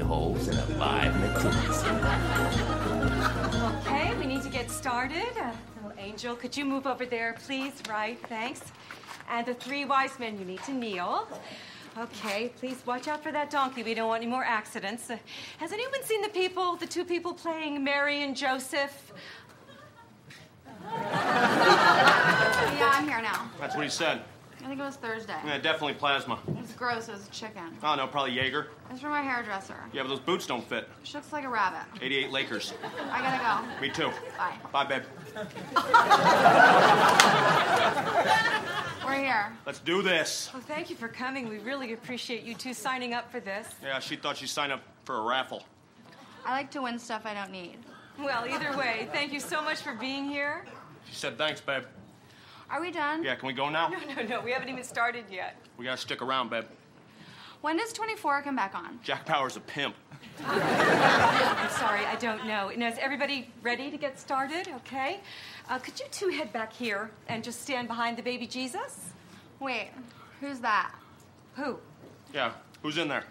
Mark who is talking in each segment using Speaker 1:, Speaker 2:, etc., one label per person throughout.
Speaker 1: clothes and a live necromancer.
Speaker 2: Okay, we need to get started. Uh, little angel, could you move over there, please? Right, thanks. And the three wise men, you need to kneel. Okay, please watch out for that donkey. We don't want any more accidents. Uh, has anyone seen the people, the two people playing Mary and Joseph?
Speaker 3: Yeah, I'm here now.
Speaker 4: That's what he said.
Speaker 3: I think it was Thursday.
Speaker 4: Yeah, definitely plasma.
Speaker 3: It was gross. It was chicken.
Speaker 4: Oh no, probably Jaeger.
Speaker 3: It's from my hairdresser.
Speaker 4: Yeah, but those boots don't fit.
Speaker 3: She looks like a rabbit.
Speaker 4: 88 Lakers.
Speaker 3: I gotta
Speaker 4: Me too.
Speaker 3: go. Bye.
Speaker 4: Bye, babe.
Speaker 3: We're here.
Speaker 4: Let's do this.
Speaker 2: Well, thank you for coming. We really appreciate you two signing up for this.
Speaker 4: Yeah, she thought she signed up for a raffle.
Speaker 3: I like to win stuff I don't need.
Speaker 2: Well, either way, thank you so much for being here.
Speaker 4: She said, thanks, babe.
Speaker 3: Are we done?
Speaker 4: Yeah, can we go now?
Speaker 2: No, no, no, we haven't even started yet.
Speaker 4: We gotta stick around, babe.
Speaker 3: When does 24 come back on?
Speaker 4: Jack Power's a pimp.
Speaker 2: I'm sorry, I don't know. Now, is everybody ready to get started? Okay. Uh, could you two head back here and just stand behind the baby Jesus?
Speaker 3: Wait, who's that?
Speaker 2: Who?
Speaker 4: Yeah, who's in there?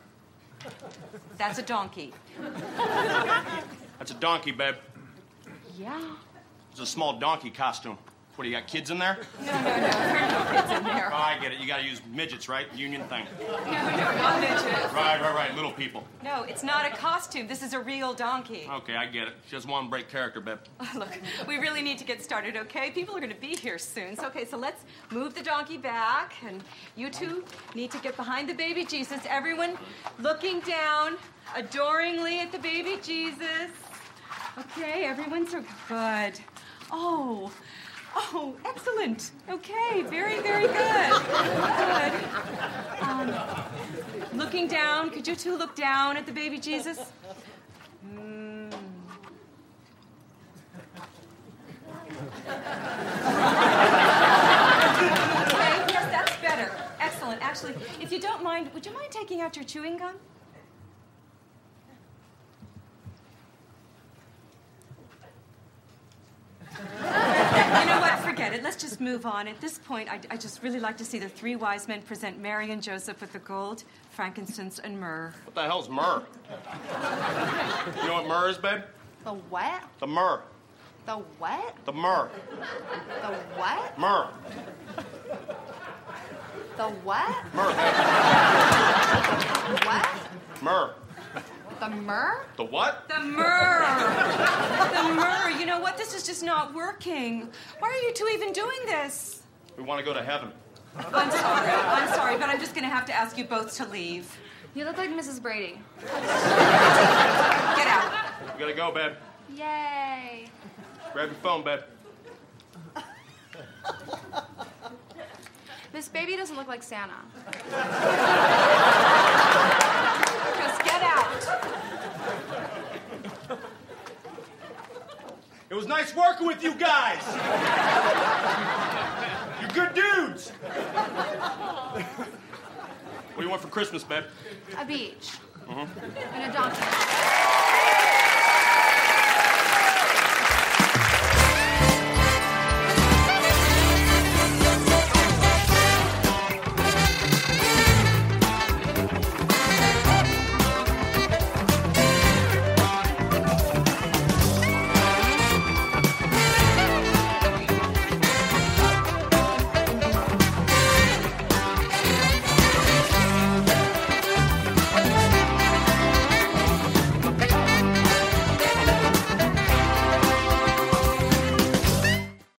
Speaker 2: That's a donkey.
Speaker 4: That's a donkey, babe.
Speaker 3: Yeah.
Speaker 4: It's a small donkey costume. What, do you got kids in there?
Speaker 2: No, no, no. There are no kids in there.
Speaker 4: Oh, I get it. You gotta use midgets, right? Union thing.
Speaker 2: No, no, not midgets.
Speaker 4: Right, right, right. Little people.
Speaker 2: No, it's not a costume. This is a real donkey.
Speaker 4: Okay, I get it. She doesn't want to break character, babe.
Speaker 2: Look, we really need to get started, okay? People are going to be here soon. So, okay, so let's move the donkey back, and you two need to get behind the baby Jesus. Everyone looking down adoringly at the baby Jesus. Okay, everyone's so good. Oh, oh, excellent. Okay, very, very good. Good. Um, looking down, could you two look down at the baby Jesus? Okay, yes, that's better. Excellent. Actually, if you don't mind, would you mind taking out your chewing gum? you know what? Forget it. Let's just move on. At this point, I, I just really like to see the three wise men present Mary and Joseph with the gold, frankincense, and myrrh.
Speaker 4: What the hell's myrrh? you know what myrrh is, babe?
Speaker 3: The what?
Speaker 4: The myrrh.
Speaker 3: The what?
Speaker 4: The myrrh.
Speaker 3: The what?
Speaker 4: Myrrh.
Speaker 3: The what?
Speaker 4: Myrrh, babe.
Speaker 3: What?
Speaker 4: Myrrh.
Speaker 3: The myrrh?
Speaker 4: The what?
Speaker 2: The myrrh! the myrrh! You know what? This is just not working. Why are you two even doing this?
Speaker 4: We want to go to heaven.
Speaker 2: I'm sorry. I'm sorry, but I'm just going to have to ask you both to leave.
Speaker 3: You look like Mrs. Brady.
Speaker 2: Get out.
Speaker 4: We gotta go, babe.
Speaker 3: Yay.
Speaker 4: Grab your phone, babe.
Speaker 3: This baby doesn't look like Santa.
Speaker 2: Just get out.
Speaker 4: It was nice working with you guys. You're good dudes. what do you want for Christmas, babe? Uh-huh.
Speaker 3: A beach. And a donkey.